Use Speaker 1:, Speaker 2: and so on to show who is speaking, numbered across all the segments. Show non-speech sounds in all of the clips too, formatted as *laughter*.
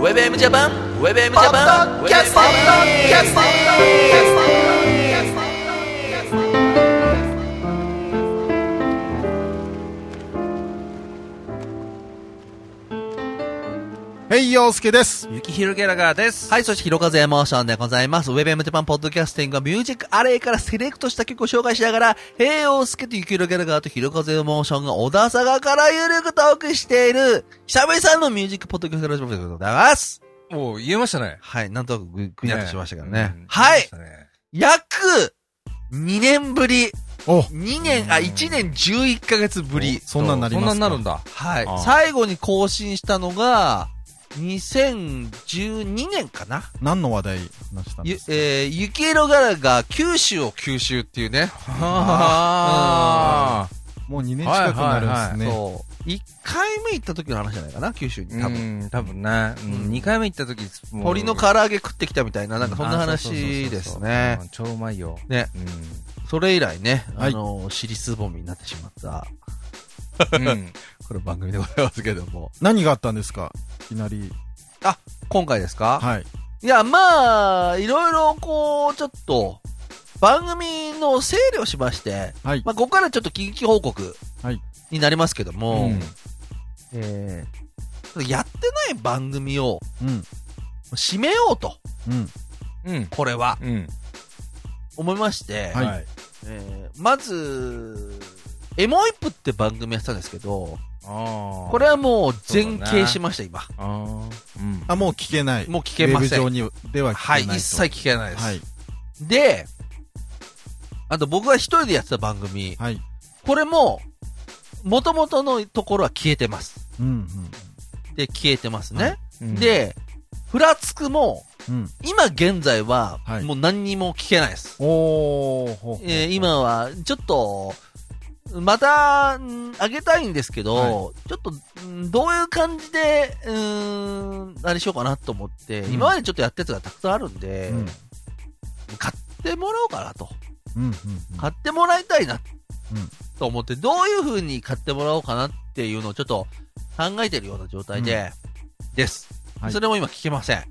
Speaker 1: WebM ジャパン WebM ジ
Speaker 2: パ
Speaker 1: ャパ
Speaker 2: ッ
Speaker 1: ン
Speaker 2: ドキャスティングキャスティング
Speaker 3: ヘイヨースケです。
Speaker 4: ゆきひろギャラガーです。
Speaker 1: はい、そして、ひろかずエモーションでございます。WebM ジャパンポッドキャスティングはミュージックアレイからセレクトした曲を紹介しながら、平洋介とゆきひろギャラガーとひろかずエモーションが小田坂からゆるくトークしている、久々のミュージックポッドキャストラジオでございます。
Speaker 4: もう言えましたね。
Speaker 1: はい、なんとなくぐぐにゃっとしましたけどね。
Speaker 4: うん
Speaker 1: はい
Speaker 4: 言えましたね
Speaker 1: 約2年ぶり。
Speaker 3: お、
Speaker 1: 2年、あ、1年11ヶ月ぶり。
Speaker 3: そんなんなりますか
Speaker 4: そんなんなるんだ。
Speaker 1: はい
Speaker 4: あ。ー
Speaker 1: 最後に更新したのが、2012年かな
Speaker 3: 何の話題話したん
Speaker 1: ゆ
Speaker 3: です、か
Speaker 1: えー、ゆきえろがらが九州を九州っていうね。
Speaker 4: あ
Speaker 3: もう2年近くなるんですね。
Speaker 1: そう。1回目行った時の話じゃないかな、九州に
Speaker 4: ー。
Speaker 1: 多
Speaker 4: 多
Speaker 1: 分。
Speaker 4: 分、多分ね。うん二回目行った時、もう
Speaker 1: 鳥の唐揚げ食ってきたみたいな、なんかそんな話ですね
Speaker 4: あ。ーそうそうそうそううん超うまいよ。
Speaker 1: ね。
Speaker 4: う
Speaker 1: それ以来ね、
Speaker 3: はい
Speaker 1: あの、尻すぼみになってしまった、
Speaker 4: ん。うん。
Speaker 1: この番組でございますけども。
Speaker 3: 何があったんですかいきなり。
Speaker 1: 今回ですか
Speaker 3: はい。
Speaker 1: いや、まあ、いろいろこう、ちょっと、番組の整理をしまして、
Speaker 3: はい。
Speaker 1: まあ、ここからちょっと緊急報告
Speaker 3: はい
Speaker 1: になりますけども、
Speaker 4: うん
Speaker 1: えーやってない番組を
Speaker 3: うん。
Speaker 1: 締めようと、
Speaker 3: うん。
Speaker 4: うん。
Speaker 1: これは、
Speaker 4: うん。
Speaker 1: 思いまして、
Speaker 3: はい
Speaker 4: い。
Speaker 1: えーまず、エモイップって番組やってたんですけど、
Speaker 4: ああ。
Speaker 1: これはもう全
Speaker 4: そうだね
Speaker 1: 景しました、今。
Speaker 4: あーうん。
Speaker 3: あ、もう聞けない。
Speaker 1: もう聞けません
Speaker 3: ウェブ上にでは聞
Speaker 1: はい、
Speaker 3: けないと。
Speaker 1: 一切聞けないです。
Speaker 3: はい。
Speaker 1: で、あと僕が一人でやってた番組、
Speaker 3: はい。
Speaker 1: これも、元々のところは消えてます。
Speaker 3: うん。
Speaker 1: で、消えてますね。
Speaker 4: うん、
Speaker 1: で、ふらつくも、
Speaker 3: うん。うん。
Speaker 1: 今現在は
Speaker 3: は、い
Speaker 1: もう何にも聞けないです。
Speaker 3: おー、ほう
Speaker 1: えー、今は、ちょっと、また、んあげたいんですけど、
Speaker 3: は
Speaker 1: ちょっと、んどういう感じで、うーん、あれしようかなと思って、
Speaker 3: うん
Speaker 1: 今までちょっとやったやつがたくさんあるんで、
Speaker 3: うん。
Speaker 1: 買ってもらおうかなと。
Speaker 3: うん。うん。
Speaker 1: 買ってもらいたいな
Speaker 3: うん、
Speaker 1: と思って、どういう風に買ってもらおうかなっていうのをちょっと考えてるような状態で、です、
Speaker 3: はい
Speaker 1: それも今聞けません。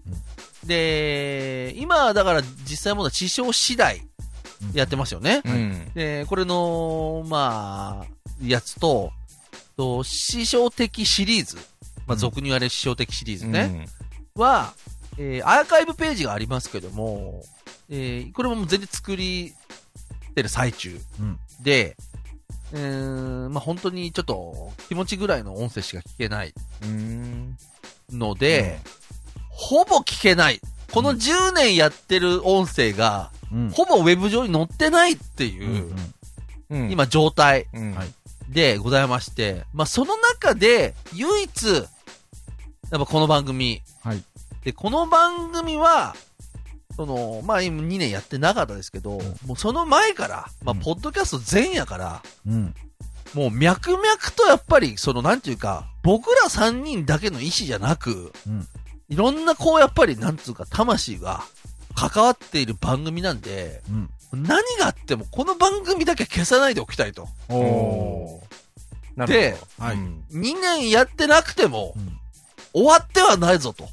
Speaker 1: で、今、だから実際問題、師匠次第
Speaker 3: うん
Speaker 1: やってますよね。
Speaker 4: うん。
Speaker 1: で、これの、まあ、やつと、と師匠的シリーズ、まあ、
Speaker 3: うん
Speaker 1: 俗に言われる師匠的シリーズね、は、えーアーカイブページがありますけども、えーこれももう全然作りてる最中
Speaker 3: うん
Speaker 1: で、うーんまあ、本当にちょっと気持ちぐらいの音声しか聞けない
Speaker 4: うん。うん。
Speaker 1: ので、ほぼ聞けない。この10年やってる音声が、
Speaker 3: うん。
Speaker 1: ほぼウェブ上に載ってないっていうう、
Speaker 3: ん
Speaker 4: うん、
Speaker 1: 今状態
Speaker 4: うん。
Speaker 3: はい
Speaker 1: でございまして、まあ、その中で唯一、やっぱこの番組。
Speaker 3: はい
Speaker 1: で、この番組は、その、まあ、今2年やってなかったですけど、もうその前から、まあ、
Speaker 3: うん
Speaker 1: ポッドキャスト前夜から、
Speaker 3: うん。
Speaker 1: もう脈々とやっぱり、その、なんていうか、僕ら3人だけの意思じゃなく、
Speaker 3: うん
Speaker 1: いろんなこう、やっぱり、なんつうか、魂が関わっている番組なんで、
Speaker 3: うん。
Speaker 1: 何があっても、この番組だけは消さないでおきたいと。
Speaker 3: おー。
Speaker 4: なるほど
Speaker 1: で、
Speaker 3: はい
Speaker 4: うん
Speaker 1: 2年やってなくても
Speaker 3: う、ん
Speaker 1: 終わってはないぞと。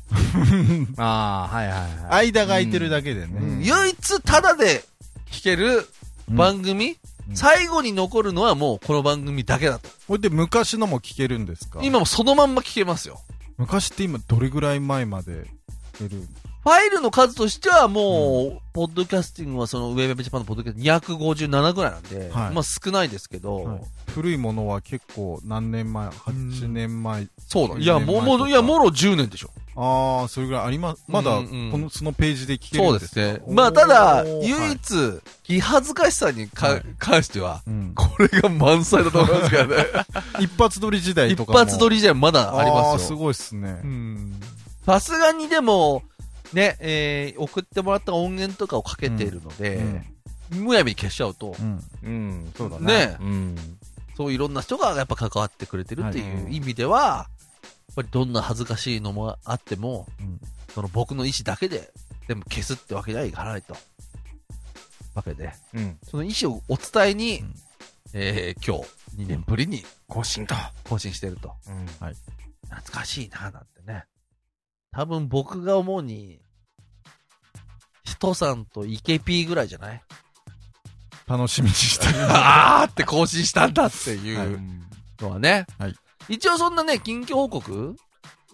Speaker 4: ああ、はいはいはい。
Speaker 3: 間が空いてるだけで
Speaker 4: う
Speaker 3: ね。
Speaker 4: ん
Speaker 1: 唯一タダで聴ける番組、
Speaker 3: うん
Speaker 1: 最後に残るのはもうこの番組だけだと。
Speaker 3: これで昔のも聞けるんですか
Speaker 1: 今もそのまんま聴けますよ。
Speaker 3: 昔って今どれぐらい前まで聞ける
Speaker 1: ファイルの数としてはもう、ポッドキャスティングはそのウェブジャパンのポッドキャスト257ぐらいなんで、
Speaker 3: はい
Speaker 1: まあ少ないですけど、
Speaker 3: はい古いものは結構何年前 ?8 年前。
Speaker 1: そうだ。いや、もう、もう、いや、もろ10年でしょ。
Speaker 3: ああ、それぐらいあります。まだ、こ
Speaker 1: うんうん
Speaker 3: の、そのページで聞ける
Speaker 1: そ
Speaker 3: ん
Speaker 1: う
Speaker 3: です
Speaker 1: で
Speaker 3: か
Speaker 1: すね。まあただ、
Speaker 3: おー
Speaker 1: 唯
Speaker 3: はい
Speaker 1: 一、気恥ずかしさにか、
Speaker 3: はい
Speaker 1: 関しては、
Speaker 3: うん
Speaker 1: これが満載だと思いますから
Speaker 3: *laughs*
Speaker 1: ね。
Speaker 3: 一発撮り時代
Speaker 1: 一
Speaker 3: とかも。
Speaker 1: 発撮りじゃまだあり
Speaker 3: あ
Speaker 1: ま
Speaker 3: ー
Speaker 1: す
Speaker 3: す
Speaker 1: よ。
Speaker 3: ごいっすね
Speaker 1: う。んさすがにでも、ね、えー送ってもらった音源とかをかけているので、むやみに消しちゃうと、
Speaker 3: うん
Speaker 4: うん、そうだ
Speaker 1: ね
Speaker 4: うん。
Speaker 1: そういろんな人がやっぱ関わってくれてるってい
Speaker 4: は
Speaker 1: う
Speaker 4: い
Speaker 1: 意味では、やっぱりどんな恥ずかしいのもあっても、
Speaker 3: うん
Speaker 1: その僕の意思だけで、でも消すってわけにはいかないと。わけで、
Speaker 4: うん。
Speaker 1: その意思をお伝えに、
Speaker 3: うん
Speaker 1: えー今日、2年ぶりに
Speaker 4: 更新と。
Speaker 1: 更新してると。
Speaker 4: うん。
Speaker 1: 懐かしいな、なんてね。多分僕が思うに、ヒトさんとイケピーぐらいじゃない
Speaker 3: 楽しみにしてる。
Speaker 1: *laughs* あーって更新したんだってい
Speaker 3: は
Speaker 1: う
Speaker 3: い
Speaker 1: のはね。
Speaker 3: はい
Speaker 1: 一応そんなね、近況報告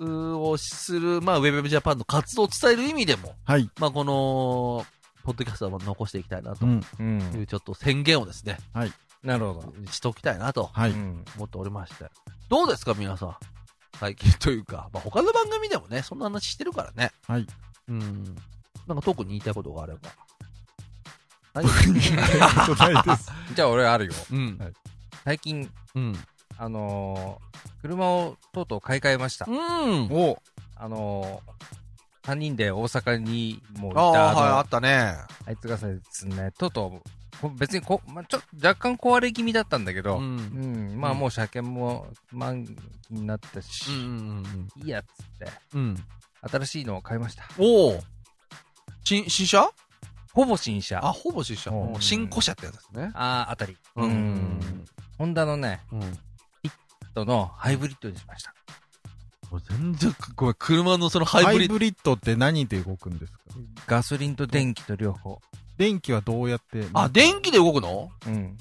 Speaker 1: うーをする、まあ、ウェブジャパンの活動を伝える意味でも、
Speaker 3: はい。
Speaker 1: まあ、この、ポッドキャストは残していきたいなと
Speaker 3: う
Speaker 1: い
Speaker 3: ん。
Speaker 4: うん。
Speaker 1: う、ちょっと宣言をですね、
Speaker 4: なるほど。
Speaker 1: しておきたいなと
Speaker 3: *laughs* はい。
Speaker 4: うん
Speaker 1: 思っておりまして。どうですか、皆さん。最近というか、まあ、他の番組でもね、そんな話してるからね。
Speaker 3: はい。
Speaker 1: うん。なんか特に言いたいことがあれば。
Speaker 3: *laughs*
Speaker 1: はい。
Speaker 3: ないです。
Speaker 4: じゃあ俺あるよ。
Speaker 1: うん。
Speaker 4: 最近、
Speaker 1: うん。
Speaker 4: あのー、車をとうとう買い替えました。
Speaker 1: うん。
Speaker 3: お
Speaker 4: あのー、3人で大阪にもうい
Speaker 1: ああ、
Speaker 4: た、あの
Speaker 1: はい、あったね。
Speaker 4: あいつがさですね、とうとう、こ別にこ、まあ、ちょ若干壊れ気味だったんだけど、
Speaker 1: う
Speaker 4: うん、
Speaker 1: ん。
Speaker 4: まあ
Speaker 1: うん
Speaker 4: もう車検も満期になったし
Speaker 1: うんう、ん
Speaker 4: いいやっつって、
Speaker 1: うん。うん。
Speaker 4: 新しいのを買いました。
Speaker 1: おお。新、新車
Speaker 4: ほぼ新車。
Speaker 1: あ、ほぼ新車。
Speaker 4: うん
Speaker 1: 新古車ってやつですね。
Speaker 4: あーあたり。
Speaker 1: うん
Speaker 4: ホンダのね、
Speaker 1: うん。
Speaker 4: とのハイブリッドにしました。
Speaker 1: 俺全然、ごめん、車のそのハ
Speaker 3: ハ
Speaker 1: イブ
Speaker 3: イ
Speaker 1: リッド。
Speaker 3: ブリッドって何で動くんですか
Speaker 4: ガソリンと電気と両方。
Speaker 3: 電気はどうやって
Speaker 1: あ、電気で動くの
Speaker 4: うん。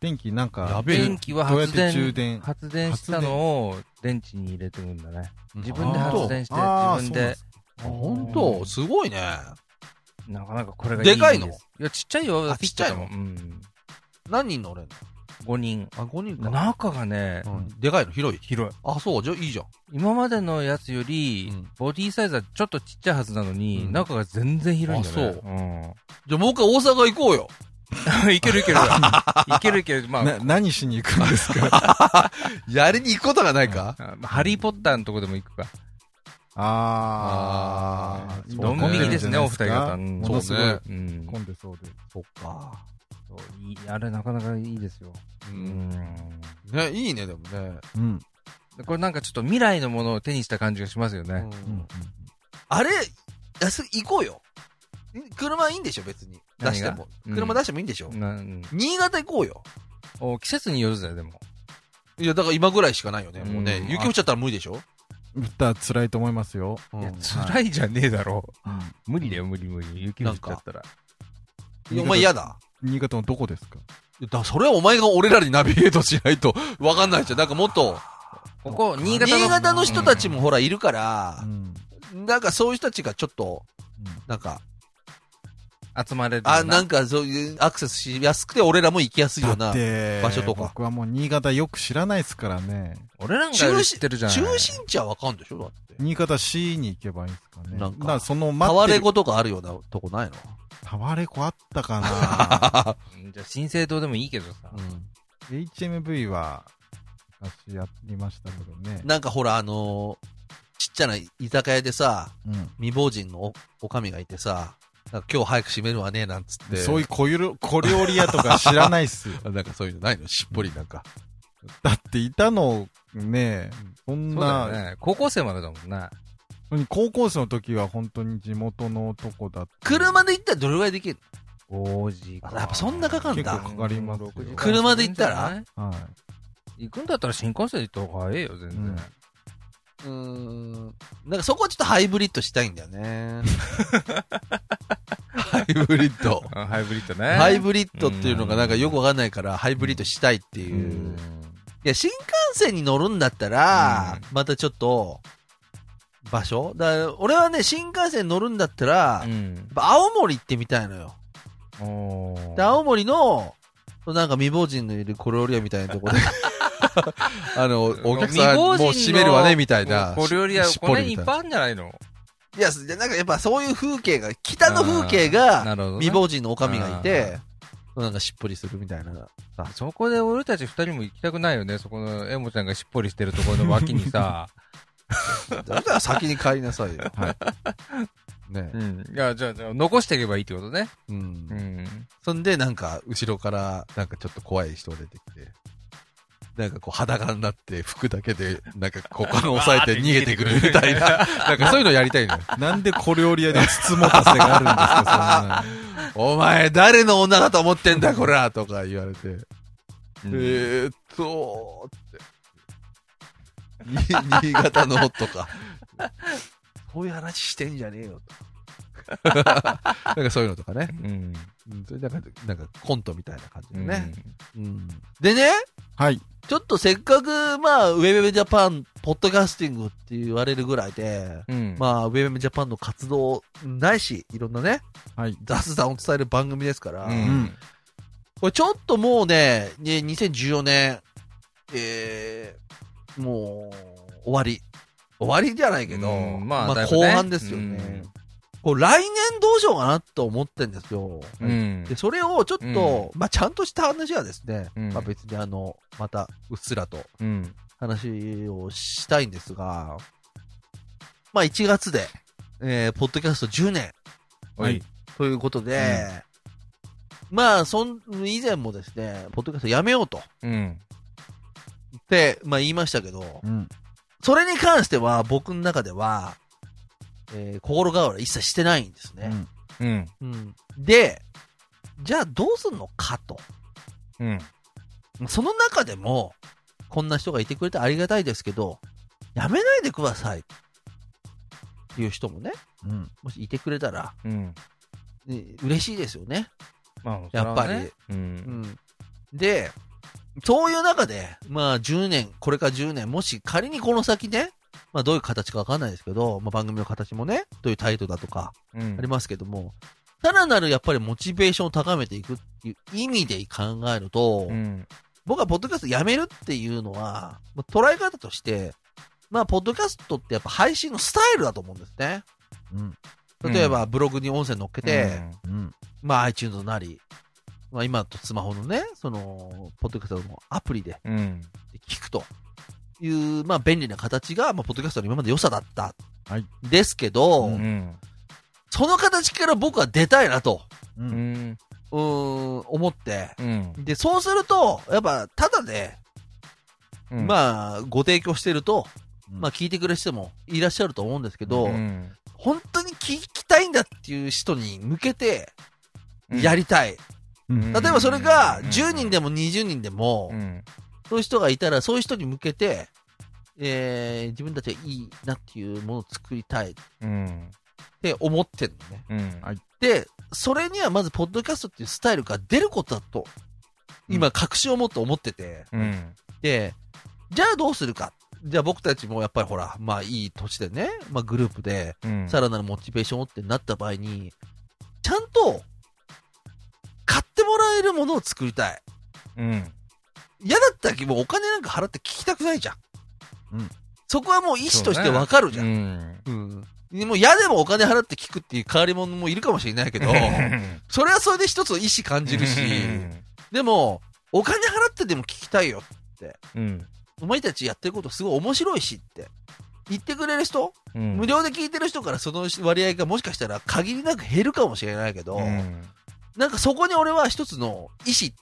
Speaker 3: 電気なん
Speaker 1: や
Speaker 3: か、
Speaker 1: べえ
Speaker 4: 電気は
Speaker 3: どうやっ
Speaker 4: 発
Speaker 3: て
Speaker 4: 電。
Speaker 3: 充電
Speaker 4: 発電したのを電池に入れてるんだね。自分で
Speaker 1: ほん
Speaker 4: 発
Speaker 1: と
Speaker 4: 電して、
Speaker 3: あー
Speaker 4: 自分で。
Speaker 1: あ本当すごいね。
Speaker 4: なかなかこれが
Speaker 1: でかいの
Speaker 4: すいや、ちっちゃいよ。
Speaker 1: あちっちゃいの
Speaker 4: フィットだもんうん。
Speaker 1: 何人乗れんの
Speaker 4: 5人。
Speaker 1: あ、5人か。
Speaker 4: 中がね、
Speaker 1: うんでかいの広い。
Speaker 4: 広い。
Speaker 1: あ、そう、じゃあいいじゃん。
Speaker 4: 今までのやつより
Speaker 1: うん、
Speaker 4: ボディサイズはちょっとちっちゃいはずなのに、
Speaker 1: うん
Speaker 4: 中が全然広いんだね。
Speaker 1: じゃあもう一回大阪行こうよ。
Speaker 4: そう。 *laughs* いけるいける。いけるいける。まあ
Speaker 3: な、何しに行くんですか
Speaker 1: *laughs* やりに行くことがないか
Speaker 4: あまあハリーポッターのとこでも行くか。
Speaker 3: *laughs* あー。
Speaker 4: ドン引きですね、お二人
Speaker 3: も
Speaker 4: 方。ん
Speaker 3: のすご
Speaker 1: そうね
Speaker 3: い
Speaker 4: うん
Speaker 3: 混んでそうで。
Speaker 1: そっか。
Speaker 4: そういいあれなかなかいいですよ。
Speaker 1: う。
Speaker 4: うんん。
Speaker 1: ね、いいね、でもね。
Speaker 3: うん。
Speaker 4: これなんかちょっと未来のものを手にした感じがしますよ
Speaker 1: う
Speaker 4: ね。
Speaker 1: んあれ、安行こうよ。ん車いいんでしょ、別に。出
Speaker 4: 何が
Speaker 1: しても。
Speaker 4: うん
Speaker 1: 車出してもいいんでしょ。
Speaker 4: なうん
Speaker 1: 新潟行こうよ。
Speaker 4: お季節によるぜ、でも。
Speaker 1: いや、だから今ぐらいしかないよね。もうね
Speaker 4: う、ん
Speaker 1: 雪降っちゃったら無理でしょ。
Speaker 3: 打ったら辛いと思いますよ。
Speaker 1: うん
Speaker 4: いや、
Speaker 3: はい
Speaker 4: 辛いじゃねえだろ。無理だよ、無理無理。雪降っちゃったら。
Speaker 1: お前嫌だ。
Speaker 3: 新潟のどこですか
Speaker 1: だからそれはお前が俺らにナビゲートしないと *laughs* わかんないじゃん。なんかもっと、
Speaker 4: ここ、新潟の。
Speaker 1: 新潟の人たち
Speaker 4: も。
Speaker 1: もほらいるから
Speaker 3: う、ん。
Speaker 1: なんかそういう人たちがちょっと、なんか、
Speaker 4: 集まれる。
Speaker 1: あ、なんかそういうアクセスしやすくて俺らも行きやすいよう
Speaker 3: だ
Speaker 1: な
Speaker 3: っ。て、
Speaker 1: 場所とか
Speaker 3: 僕はもう新潟よく知らないですからね。
Speaker 4: 俺なんかより知ってるじゃん。
Speaker 1: 中心地はわかんでしょだって。
Speaker 3: 新潟市に行けばいいんですかね。
Speaker 1: なんか
Speaker 3: だらその
Speaker 1: タ
Speaker 3: 待っ
Speaker 1: ワ
Speaker 3: て
Speaker 1: レ
Speaker 3: る。
Speaker 1: コとかあるようなとこないの
Speaker 3: タワレコあったかな
Speaker 4: うんじゃあ、新生堂でもいいけどさ。
Speaker 1: う
Speaker 3: ?HMV は、昔やりましたけどね
Speaker 1: ん。。なんかほら、あのーちっちゃな居酒屋でさ、
Speaker 3: うん。
Speaker 1: 未亡人のお、おかみがいてさ、なんか今日早く閉めるわね、なんつって。
Speaker 3: そういう小ゆる、小料理屋とか知らないっすよ。
Speaker 1: なんかそういうのないのしっぽりなんか。
Speaker 3: だっていたの、ねそん
Speaker 4: そうだよ
Speaker 3: な、
Speaker 4: ね。高校生までだもんね。
Speaker 3: 高校生の時は本当に地元のとこだった。
Speaker 1: 車で行ったらどれぐらいできる
Speaker 4: 5時
Speaker 1: あやっぱそんなかかんだ
Speaker 3: 結構かかりますよ
Speaker 1: 車で行ったら
Speaker 3: は
Speaker 4: 行くんだったら新幹線で行った方がええよ、全然。
Speaker 3: うん
Speaker 1: うーん。なんかそこはちょっとハイブリッドしたいんだよね。 *laughs* ハイブリッド。
Speaker 4: あハイブリッドね。
Speaker 1: ハイブリッドっていうのがなんかよくわかんないから、ハイブリッドしたいっていうう。
Speaker 4: ん
Speaker 1: いや、新幹線に乗るんだったら
Speaker 4: うん、
Speaker 1: またちょっと、場所だから俺はね、新幹線に乗るんだったら、やっ
Speaker 4: うん。
Speaker 1: ぱ青森行ってみたいのよ。
Speaker 4: おー
Speaker 1: で、青森の、なんか未亡人のいる小料理屋みたいなとこ
Speaker 4: *laughs*
Speaker 1: ろで、あの、お客さんもう閉めるわね、みたいな。
Speaker 4: 小料理屋、
Speaker 1: し
Speaker 4: こ
Speaker 1: し
Speaker 4: れ
Speaker 1: っぽりみ
Speaker 4: い
Speaker 1: た
Speaker 4: っ
Speaker 1: いない
Speaker 4: ぱあるんじゃないの
Speaker 1: いや、すなんかやっぱそういう風景が、北の風景が、
Speaker 4: なるほどね。
Speaker 1: 未亡人の女将がいて、なんかしっぽりするみたいな。
Speaker 4: そこで俺たち二人も行きたくないよね。そこのエモちゃんがしっぽりしてるところの脇
Speaker 1: *laughs*
Speaker 4: にさ。
Speaker 1: だから先に帰りなさ
Speaker 4: *laughs*
Speaker 1: いよ。
Speaker 3: は
Speaker 1: *laughs* ね
Speaker 4: う。ん。いや、じゃあ、じゃあ残していけばいいってことね。
Speaker 1: うん
Speaker 4: う。ん。
Speaker 1: そんで、なんか、後ろから、なんかちょっと怖い人が出てきて、なんかこう裸になって、服だけで、なんか股間を押さえて逃げてくるみたいな、 *laughs* なんかそういうのやりたいの *laughs* よ。
Speaker 3: い。なんで小料理屋で筒持たせがあるんですか、
Speaker 1: お前、誰の女だと思ってんだ、こらとか言われて。えーっ *laughs* と、って。に新潟のとか。そういう話してんじゃねえよと。 *laughs* なんかそういうのとかね。
Speaker 4: うん。
Speaker 1: うん、それなんか、なんかコントみたいな感じで
Speaker 4: うん
Speaker 1: ね。。うんでね、
Speaker 3: はい。
Speaker 1: ちょっとせっかく、まあ、ウェブジャパン、ポッドキャスティングって言われるぐらいで、
Speaker 4: うん。
Speaker 1: まあ、ウェブジャパンの活動ないし、いろんなね、
Speaker 3: はい。
Speaker 1: 雑談を伝える番組ですから、
Speaker 4: うん。
Speaker 1: これちょっともうね、ね2014年、えー、もう、終わり。終わりじゃないけど、
Speaker 4: うんまあだいぶ
Speaker 1: 後
Speaker 4: ね
Speaker 1: 半ですよね。こう来年どうしようかなと思ってんですよ。
Speaker 4: うん。
Speaker 1: で、それをちょっと、まあ、ちゃんとした話はですね、
Speaker 4: うん
Speaker 1: まあ、別にあの、また、うっすらと
Speaker 4: うん。
Speaker 1: 話をしたいんですが、まあ、1月で、えー、ポッドキャスト10年
Speaker 4: はい。
Speaker 1: ということで、まあ、そん、以前もですね、ポッドキャストやめようと、
Speaker 4: うん。
Speaker 1: って、まあ、言いましたけど
Speaker 3: う、ん。
Speaker 1: それに関しては、僕の中では、えー、心変わり一切してないんです
Speaker 3: う
Speaker 1: ね。
Speaker 3: ん。
Speaker 4: うん。
Speaker 1: うんで、じゃあどうすんのかと。
Speaker 4: うん。
Speaker 1: その中でも、こんな人がいてくれてありがたいですけど、やめないでください。っていう人もね、
Speaker 3: うん。
Speaker 1: もしいてくれたら、
Speaker 4: うん。
Speaker 1: ね嬉しいですよね。
Speaker 4: まあ、
Speaker 1: やっぱり
Speaker 4: り。う。
Speaker 1: うんん。で、そういう中で、まあ10年、これから10年、もし仮にこの先ね、まあどういう形かわかんないですけど、まあ番組の形もね、どういうタイトルだとか、
Speaker 4: うん
Speaker 1: ありますけども、さらなるやっぱりモチベーションを高めていくっていう意味で考えると、
Speaker 4: うん。
Speaker 1: 僕はポッドキャストやめるっていうのは、まあ捉え方として、まあ、ポッドキャストってやっぱ配信のスタイルだと思うんですね。
Speaker 3: うん。
Speaker 1: 例えば、ブログに音声乗っけて、
Speaker 3: うん。
Speaker 1: まあ、iTunes なり、まあ、今とスマホのね、その、ポッドキャストのアプリで
Speaker 4: うん、うん。
Speaker 1: 聞くという、まあ、便利な形が、まあ、ポッドキャストの今まで良さだった。
Speaker 3: はい
Speaker 1: ですけど、
Speaker 4: う。
Speaker 3: うん
Speaker 1: その形から僕は出たいなと、
Speaker 3: う。
Speaker 4: うんん。
Speaker 1: うーん、思って。
Speaker 4: うん。
Speaker 1: で、そうすると、やっぱ、ただで、
Speaker 4: うん。あ、
Speaker 1: まあ、ご提供してると、
Speaker 3: うん
Speaker 1: まあ、聞いてくれる人もいらっしゃると思うんですけど、
Speaker 4: うん。
Speaker 1: 本当に聞きたいんだっていう人に向けて、やりたい。
Speaker 3: うん。
Speaker 1: 例えばそれが、10人でも20人でも
Speaker 4: う、ん。
Speaker 1: そういう人がいたら、そういう人に向けて、えー自分たちがいいなっていうものを作りたいっ
Speaker 4: うん。
Speaker 1: て思ってるのね。
Speaker 4: うん。
Speaker 3: はい
Speaker 1: で、それにはまず、ポッドキャストっていうスタイルから出ることだと、今、確信を持って思ってて、
Speaker 4: うん。
Speaker 1: で、じゃあどうするか。じゃあ僕たちもやっぱりほら、まあいい年でね、まあグループで、
Speaker 4: うん。
Speaker 1: さらなるモチベーションをってなった場合に、ちゃんと、買ってもらえるものを作りたい。
Speaker 4: うん。
Speaker 1: 嫌だったらもうお金なんか払って聞きたくないじゃん。
Speaker 3: うん
Speaker 1: そこはもう意思としてわかるじゃん。
Speaker 4: うん。
Speaker 1: うん。でもう嫌でもお金払って聞くっていう変わり者もいるかもしれないけど、それはそれで一つ意思感じるし、でも、お金払ってでも聞きたいよ
Speaker 4: うん。
Speaker 1: お前たちやってることすごい面白いしって言ってくれる人、
Speaker 4: うん。
Speaker 1: 無料で聞いてる人からその割合がもしかしたら限りなく減るかもしれないけど、
Speaker 4: うん。
Speaker 1: なんかそこに俺は一つの意思っ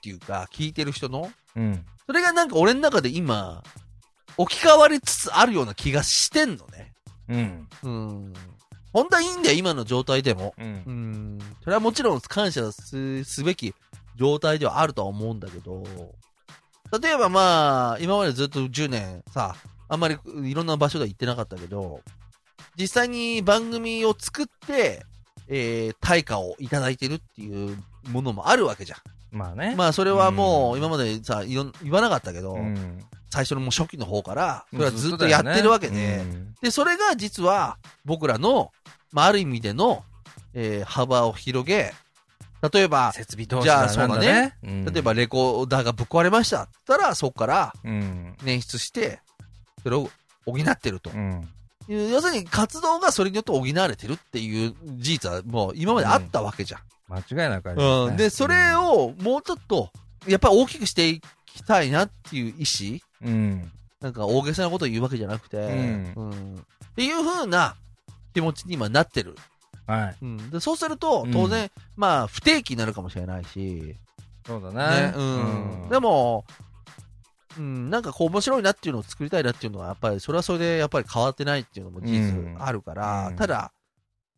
Speaker 1: ていうか聞いてる人の
Speaker 4: うん。
Speaker 1: それがなんか俺の中で今置き換わりつつあるような気がしてんのね
Speaker 4: うん。
Speaker 1: うん本当はいいんだよ今の状態でも
Speaker 4: うん
Speaker 1: う。んそれはもちろん感謝すすべき状態ではあるとは思うんだけど、例えばまあ、今までずっと10年さ、あんまりいろんな場所では行ってなかったけど、実際に番組を作って、えー、対価をいただいてるっていうものもあるわけじゃん。
Speaker 4: まあね。
Speaker 1: まあそれはも
Speaker 4: う
Speaker 1: うん今までさ、いろん言わなかったけど、
Speaker 4: うん。
Speaker 1: 最初のもう初期の方から、それはずっとやってるわけで、で、それが実は僕らの、まあ、ある意味での、えー幅を広げ、例えば、
Speaker 4: 設備投資
Speaker 1: じゃあそうだね。例
Speaker 4: 例
Speaker 1: えば、レコーダーがぶっ壊れましたって言ったら、そこから
Speaker 4: うん。
Speaker 1: 捻出して、それを補ってると
Speaker 4: う。ん。
Speaker 1: いう要するに活動がそれによって補われてるっていう事実はもう今まであったわけじゃん。
Speaker 4: 間違いなくあります
Speaker 1: う
Speaker 4: ね
Speaker 1: ん、で、それ、をもうちょっと、やっぱり大きくしていきたいなっていう意思
Speaker 4: うん。
Speaker 1: なんか大げさなことを言うわけじゃなくて、
Speaker 4: ん
Speaker 1: うんっていう風な気持ちに今なってる。
Speaker 4: はい。
Speaker 1: うん、でそうすると
Speaker 4: うん、
Speaker 1: 当然、まあ、不定期になるかもしれないし、
Speaker 4: そうだ
Speaker 1: ね
Speaker 4: ね。
Speaker 1: うんでも、うん、なんかこう面白いなっていうのを作りたいなっていうのは、やっぱり、それはそれでやっぱり変わってないっていうのも事実あるから、
Speaker 4: うん
Speaker 1: ただ、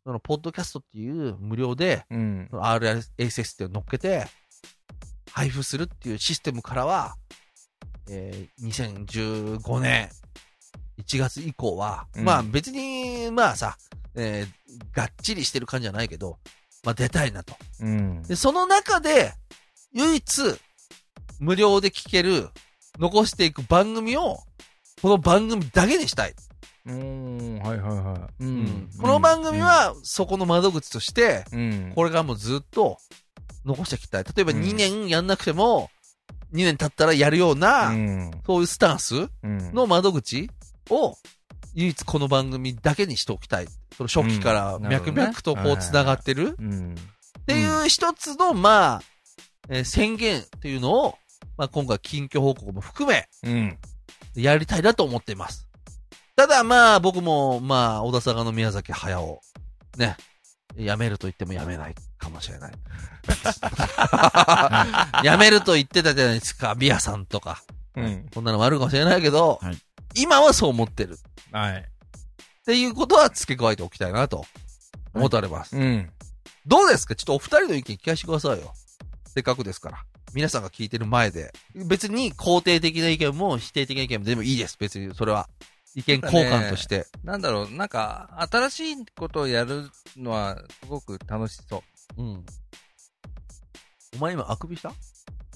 Speaker 1: その、ポッドキャストっていう無料で、
Speaker 4: うん
Speaker 1: そ。の RSS っていうのを乗っけて、配布するっていうシステムからは、えー2015年1月以降は、
Speaker 4: うん
Speaker 1: まあ別に、まあさ、えーがっちりしてる感じじゃないけど、まあ、出たいなと。
Speaker 4: うん。
Speaker 1: で、その中で、唯一、無料で聞ける、残していく番組を、この番組だけにしたい。
Speaker 4: うん、はいはいはい。うん。
Speaker 1: この番組、は、そこの窓口として、
Speaker 4: うん。
Speaker 1: これからもずっと、残していきたい。例えば
Speaker 4: うん
Speaker 1: 2年やんなくても、2年経ったらやるような、
Speaker 4: うん、
Speaker 1: そういうスタンス
Speaker 4: うん、
Speaker 1: の窓口を、唯一この番組だけにしておきたい。その初期から
Speaker 4: うんなるほ
Speaker 1: 脈
Speaker 4: どね
Speaker 1: 々とこう繋がってる。
Speaker 4: うん。
Speaker 1: っていう一つの、まあ、えー宣言っていうのを、まあ今回近況報告も含め、
Speaker 4: うん。
Speaker 1: やりたいなと思っています。ただまあ僕も、まあ、小田坂の宮崎駿、ね、やめると言ってもやめないかもしれ
Speaker 3: *laughs*
Speaker 1: ない。やめると言ってたじゃないですか、ビアさんとか。
Speaker 4: うん。
Speaker 1: こんなのもあるかもしれないけど、
Speaker 3: はい
Speaker 1: 今はそう思ってる。
Speaker 4: はい。
Speaker 1: っていうことは付け加えておきたいなと思っております。
Speaker 4: うん。
Speaker 1: どうですかちょっとお二人の意見聞かせてくださいよ。せっかくですから。皆さんが聞いてる前で。別に肯定的な意見も否定的な意見も全部いいです。別にそれは。意見交換として。
Speaker 4: なんだろう、なんか、新しいことをやるのは、すごく楽しそう。
Speaker 1: うん。お前今あくびした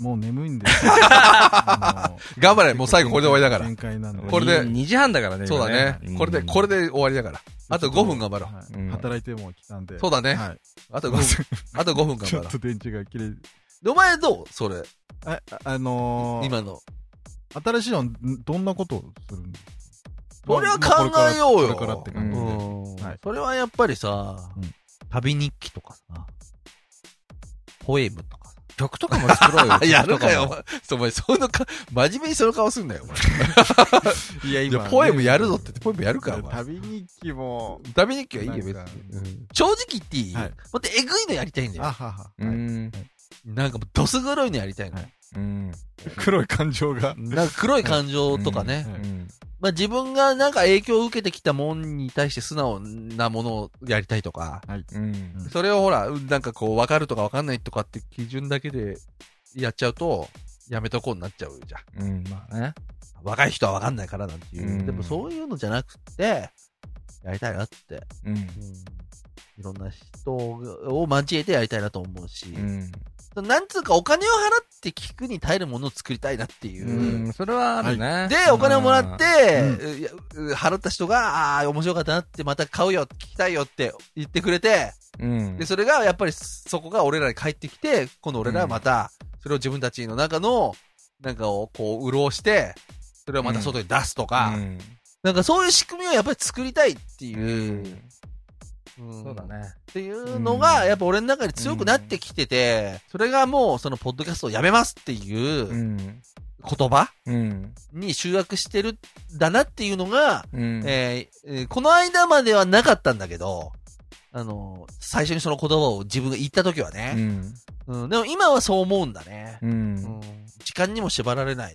Speaker 3: もう眠い
Speaker 1: *laughs*
Speaker 3: んですよ。頑
Speaker 1: 頑張れもう最後これで終わりだから
Speaker 3: 限界なんで。
Speaker 1: これで
Speaker 4: に2時半だからね。
Speaker 1: そうだね
Speaker 4: 今。
Speaker 1: これで、これ。で終わりだから。あと5分頑張ろう。
Speaker 3: はい
Speaker 4: うん
Speaker 3: 働いても来たんで。
Speaker 1: そうだね
Speaker 3: はい
Speaker 1: あと5分。あと5分頑
Speaker 3: *laughs* ち
Speaker 1: 張
Speaker 3: ょ
Speaker 1: ろ
Speaker 3: っと電池が切れ
Speaker 1: う。お前どうそれ。
Speaker 3: あ、ああのー、
Speaker 1: 今の。
Speaker 3: 新しいのはんどんなことをするんですか
Speaker 1: それは考えようよ
Speaker 3: これからって感じで。
Speaker 1: うん
Speaker 3: はい
Speaker 1: それはやっぱりさ、
Speaker 3: うん
Speaker 1: 旅日記とかさ、ポエムとかさ。
Speaker 4: 曲とかも作ろうよ
Speaker 1: *laughs* 。やるかよ、お前。そうお前、そのか、真面目にその顔すんなよ、お前。
Speaker 3: いや、
Speaker 1: いやポエムやるぞって言ってポエムやるかお前
Speaker 3: 旅日記も、
Speaker 1: 旅日記はいいよ、別に。
Speaker 3: なんか
Speaker 1: 正直言っていい、
Speaker 3: は
Speaker 1: 待
Speaker 3: い
Speaker 1: って、えぐいのやりたいんだ
Speaker 3: あ
Speaker 1: よ。
Speaker 3: はは。
Speaker 4: 曲とかも。うん。
Speaker 1: なんかもう、どす黒いのやりたいの。
Speaker 3: はい
Speaker 4: うん。
Speaker 3: 黒い感情が。
Speaker 1: なんか黒い感情とかね。
Speaker 3: うん
Speaker 4: うん。
Speaker 1: まあ自分がなんか影響を受けてきたもんに対して素直なものをやりたいとか。
Speaker 4: うん。
Speaker 1: それをほら、うんなんかこう、わかるとかわかんないとかって基準だけでやっちゃうと、やめとこうになっちゃうじゃん。
Speaker 4: うん。まあね。
Speaker 1: 若い人はわかんないからなんていう。
Speaker 4: うん
Speaker 1: でもそういうのじゃなくて、やりたいなって。
Speaker 4: うん。
Speaker 1: いろんな人を交えてやりたいなと思うし、
Speaker 4: うん。
Speaker 1: なんつうかお金を払って聞くに耐えるものを作りたいなっていう。
Speaker 4: うん。それはあるね。
Speaker 1: で、お金をもらっ
Speaker 3: うん
Speaker 1: て、いや払った人が、ああー、面白かったなって、また買うよ、聞きたいよって言ってくれて、
Speaker 4: うん。
Speaker 1: で、それがやっぱりそこが俺らに返ってきて、今度俺らはまた、それを自分たちの中の、なんかをこう、潤して、それをまた外に出すとか、
Speaker 4: うん。
Speaker 1: なんかそういう仕組みをやっぱり作りたいって
Speaker 4: う
Speaker 1: いう、
Speaker 4: ん。
Speaker 1: うん
Speaker 4: そうだね。。
Speaker 1: っていうのが、やっぱ俺の中で強くなってきてて、それがもう、その、ポッドキャストをやめますっていうううん言葉
Speaker 4: うん。
Speaker 1: に集約してるんだなっていうのが、
Speaker 4: うん。
Speaker 1: えーえーこの間まではなかったんだけど、あのー、最初にその言葉を自分が言った時は
Speaker 4: う
Speaker 1: ね、
Speaker 4: ん。
Speaker 1: うんでも今はそう思うんだね、
Speaker 4: う。
Speaker 1: うんん時間にも縛られない。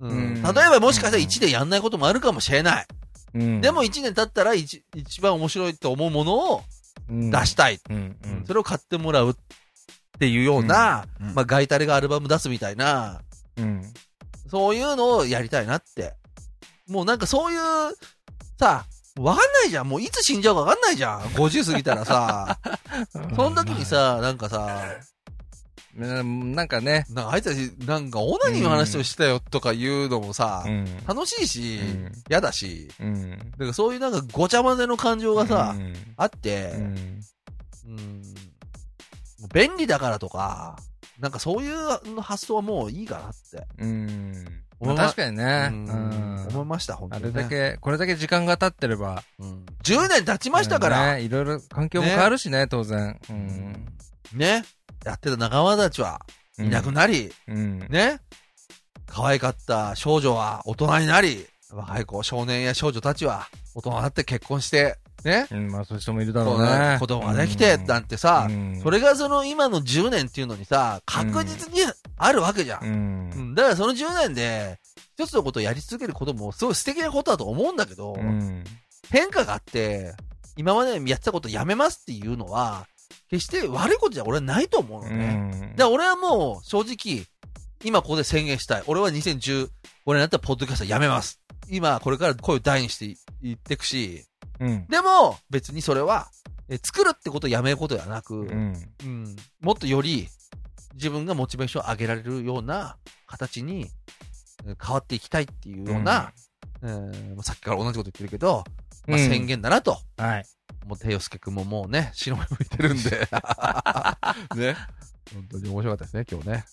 Speaker 1: う、
Speaker 4: うん
Speaker 1: 例え
Speaker 4: ん
Speaker 1: ばもしかしたら1年やんないこともあるかもしれない。
Speaker 4: うん。
Speaker 1: でも1年経ったら一一番面白いと思うものを
Speaker 4: うん、
Speaker 1: 出したい。
Speaker 4: うん。うん。
Speaker 1: それを買ってもらうっていうような、
Speaker 3: うんうん
Speaker 1: まあ、ガイタレがアルバム出すみたいな、
Speaker 4: うん。
Speaker 1: そういうのをやりたいなって。もうなんかそういう、さ、わかんないじゃん。もういつ死んじゃうかわかんないじゃん。50過ぎたら
Speaker 4: *laughs*
Speaker 1: さ。その時にさ、なんかさ、
Speaker 4: うんなんかね。
Speaker 1: なんかあいつたち、なんかオナニーの話をしてたよとか言うのもさ、
Speaker 4: うん。
Speaker 1: 楽しいし
Speaker 4: うん、
Speaker 1: 嫌、だし、
Speaker 4: うん。
Speaker 1: なんかそういうなんかごちゃ混ぜの感情がさ、
Speaker 4: うん、
Speaker 1: あって、
Speaker 4: うん
Speaker 1: うん便利だからとか、なんかそういう発想はもういいかなって、
Speaker 4: うん。
Speaker 1: お前
Speaker 4: まあ確かにね。
Speaker 1: う
Speaker 4: うんん。
Speaker 1: 思いました、本当
Speaker 4: あ
Speaker 1: に、
Speaker 4: れ
Speaker 1: ね。
Speaker 4: だけ、これだけ時間が経ってれば。
Speaker 1: うん10年経ちましたから、ね
Speaker 4: ねいろいろ環境も変わるしね、当然。うん。
Speaker 1: やってた仲間たちはいなくなり、
Speaker 4: うん。
Speaker 1: ね、可愛かった少女は大人になり、若い子、少年や少女たちは大人になって結婚して、ね、
Speaker 4: うん。まあそういう人もいるだろ
Speaker 1: そう
Speaker 4: うね
Speaker 1: ね。子供ができて、なんてさ、
Speaker 4: うん
Speaker 1: それがその今の10年っていうのにさ、確実にあるわけじゃん
Speaker 4: う。ん。
Speaker 1: うんだからその10年で、一つのことをやり続けることもすごい素敵なことだと思うんだけど、
Speaker 4: うん。
Speaker 1: 変化があって、今までやってたことやめますっていうのは、決して悪いことじゃ俺はないと思うの
Speaker 4: う
Speaker 1: ね。
Speaker 4: ん。
Speaker 1: だから俺はもう正直、今ここで宣言したい。俺は2015年だったらポッドキャストやめます。今これから声を大にしていってくし、
Speaker 4: うん。
Speaker 1: でも、別にそれは、え作るってことをやめることではなく、
Speaker 4: うん。
Speaker 1: うんもっとより自分がモチベーションを上げられるような形にえー変わっていきたいっていうような、えーまあさっきから同じこと言ってるけど、まあ、
Speaker 4: うん
Speaker 1: 宣言だなと、
Speaker 4: はい。
Speaker 1: もう、てよすけくんももうね、白目向いてるんで。ね。本当に面白かったですね、今日ね。ね、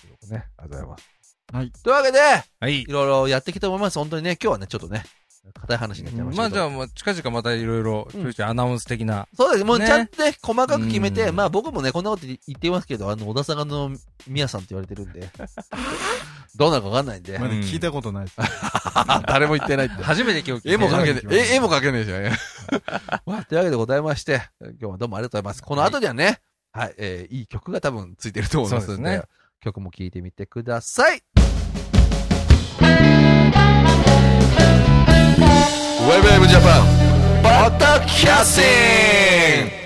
Speaker 1: 白くね。ありがとうございます。
Speaker 3: はい。
Speaker 1: というわけで、
Speaker 4: はい
Speaker 1: い。ろいろやっていきたいと思います。本当にね、今日はね、ちょっとね、硬い話になっちゃいまし
Speaker 4: ま
Speaker 1: た
Speaker 4: あ
Speaker 1: け
Speaker 4: じ
Speaker 1: ど。
Speaker 4: ゃあ、まあ近々またいろいろ、ちょいちょいアナウンス的な。
Speaker 1: そうです。もう
Speaker 4: ね
Speaker 1: ちゃんとね、細かく決めて、
Speaker 4: うん
Speaker 1: まあ僕もね、こんなこと言っていますけど、あの、小田さんがあの、宮さんって言われてるん
Speaker 4: *laughs*
Speaker 1: で、どうなるかわかんないんで
Speaker 3: ま、だ
Speaker 4: うん
Speaker 3: 聞いたことないです。
Speaker 1: *laughs* 誰も言ってないって。
Speaker 4: 初めて今日聞い
Speaker 1: 絵
Speaker 4: て
Speaker 1: も
Speaker 4: る
Speaker 1: 描け
Speaker 3: ね
Speaker 1: ねえ、絵も描けねえじ
Speaker 4: *laughs*
Speaker 1: ゃん。 *laughs* まあ、というわけでございまして、今日はどうもありがとうございます。この後にはね、はい、えーいい曲が多分ついてると思います
Speaker 4: そ
Speaker 1: の
Speaker 4: う
Speaker 1: で、
Speaker 4: ですね
Speaker 1: 曲も聴いてみてください。ウェブウェブジャパン、バタキャスティング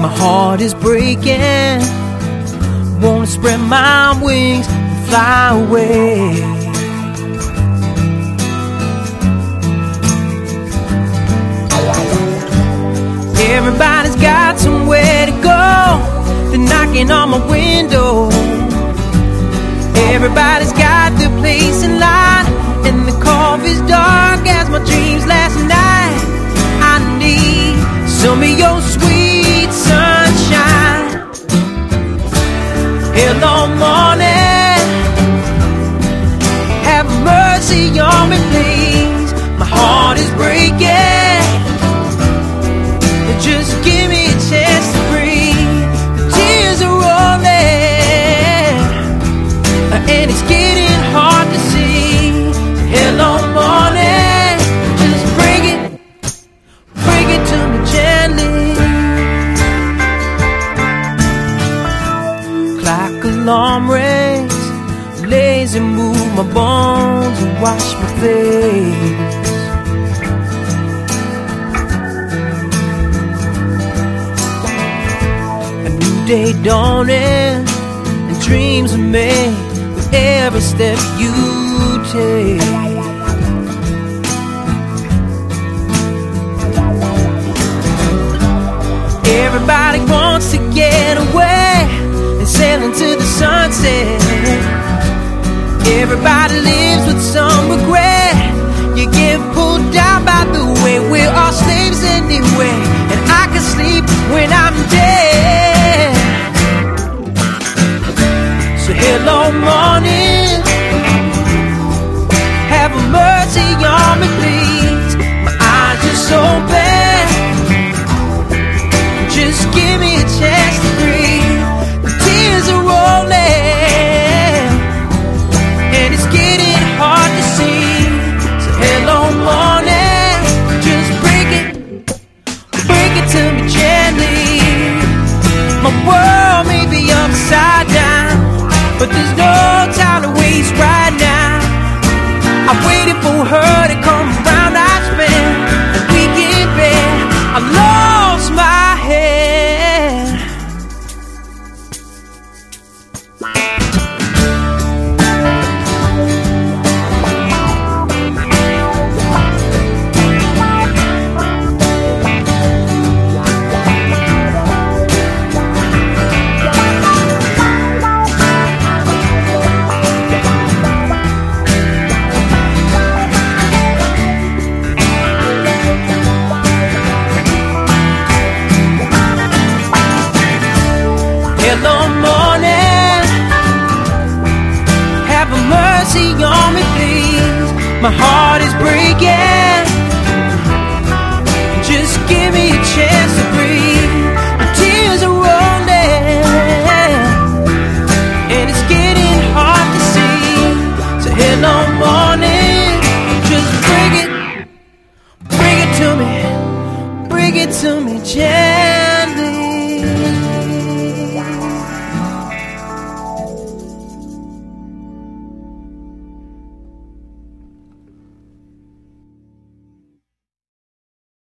Speaker 5: My heart is breaking. Wanna spread my wings and fly away. Everybody's got somewhere to go. They're knocking on my window. Everybody's got their place in line. And the coffee's dark as my dreams last night. I need some of your sweet sunshine. Hello, morning. Have mercy on me, please. My heart is breaking. Just give me a chance to breathe. The tears are rolling, and it's getting hard to see. Hello, morning. Just bring it bring it to me gently. Clock alarm rings, lazy move my bones and wash my face. A new day dawning, and dreams are made with every step you take. Everybody wants to get away and sail into the sunset. Everybody lives with some regret. You get pulled down by the way we're all slaves anyway, and I can sleep when I'm dead. So hello morning, have mercy on me please. My eyes are so bad. Just give me a chance to breathe. The tears are rolling, and it's getting hard to see. So hello morning, just break it, break it to me gently. My world may be upside down, but there's no time to waste right now. I waited for her to come round. I spent the weekend bed. I lost my head. Hello, morning. Have mercy on me, please. My heart is breaking. Just give me a chance to breathe. The tears are rolling, and it's getting hard to see. So, hello, morning. Just bring it, bring it to me. to me, Jen.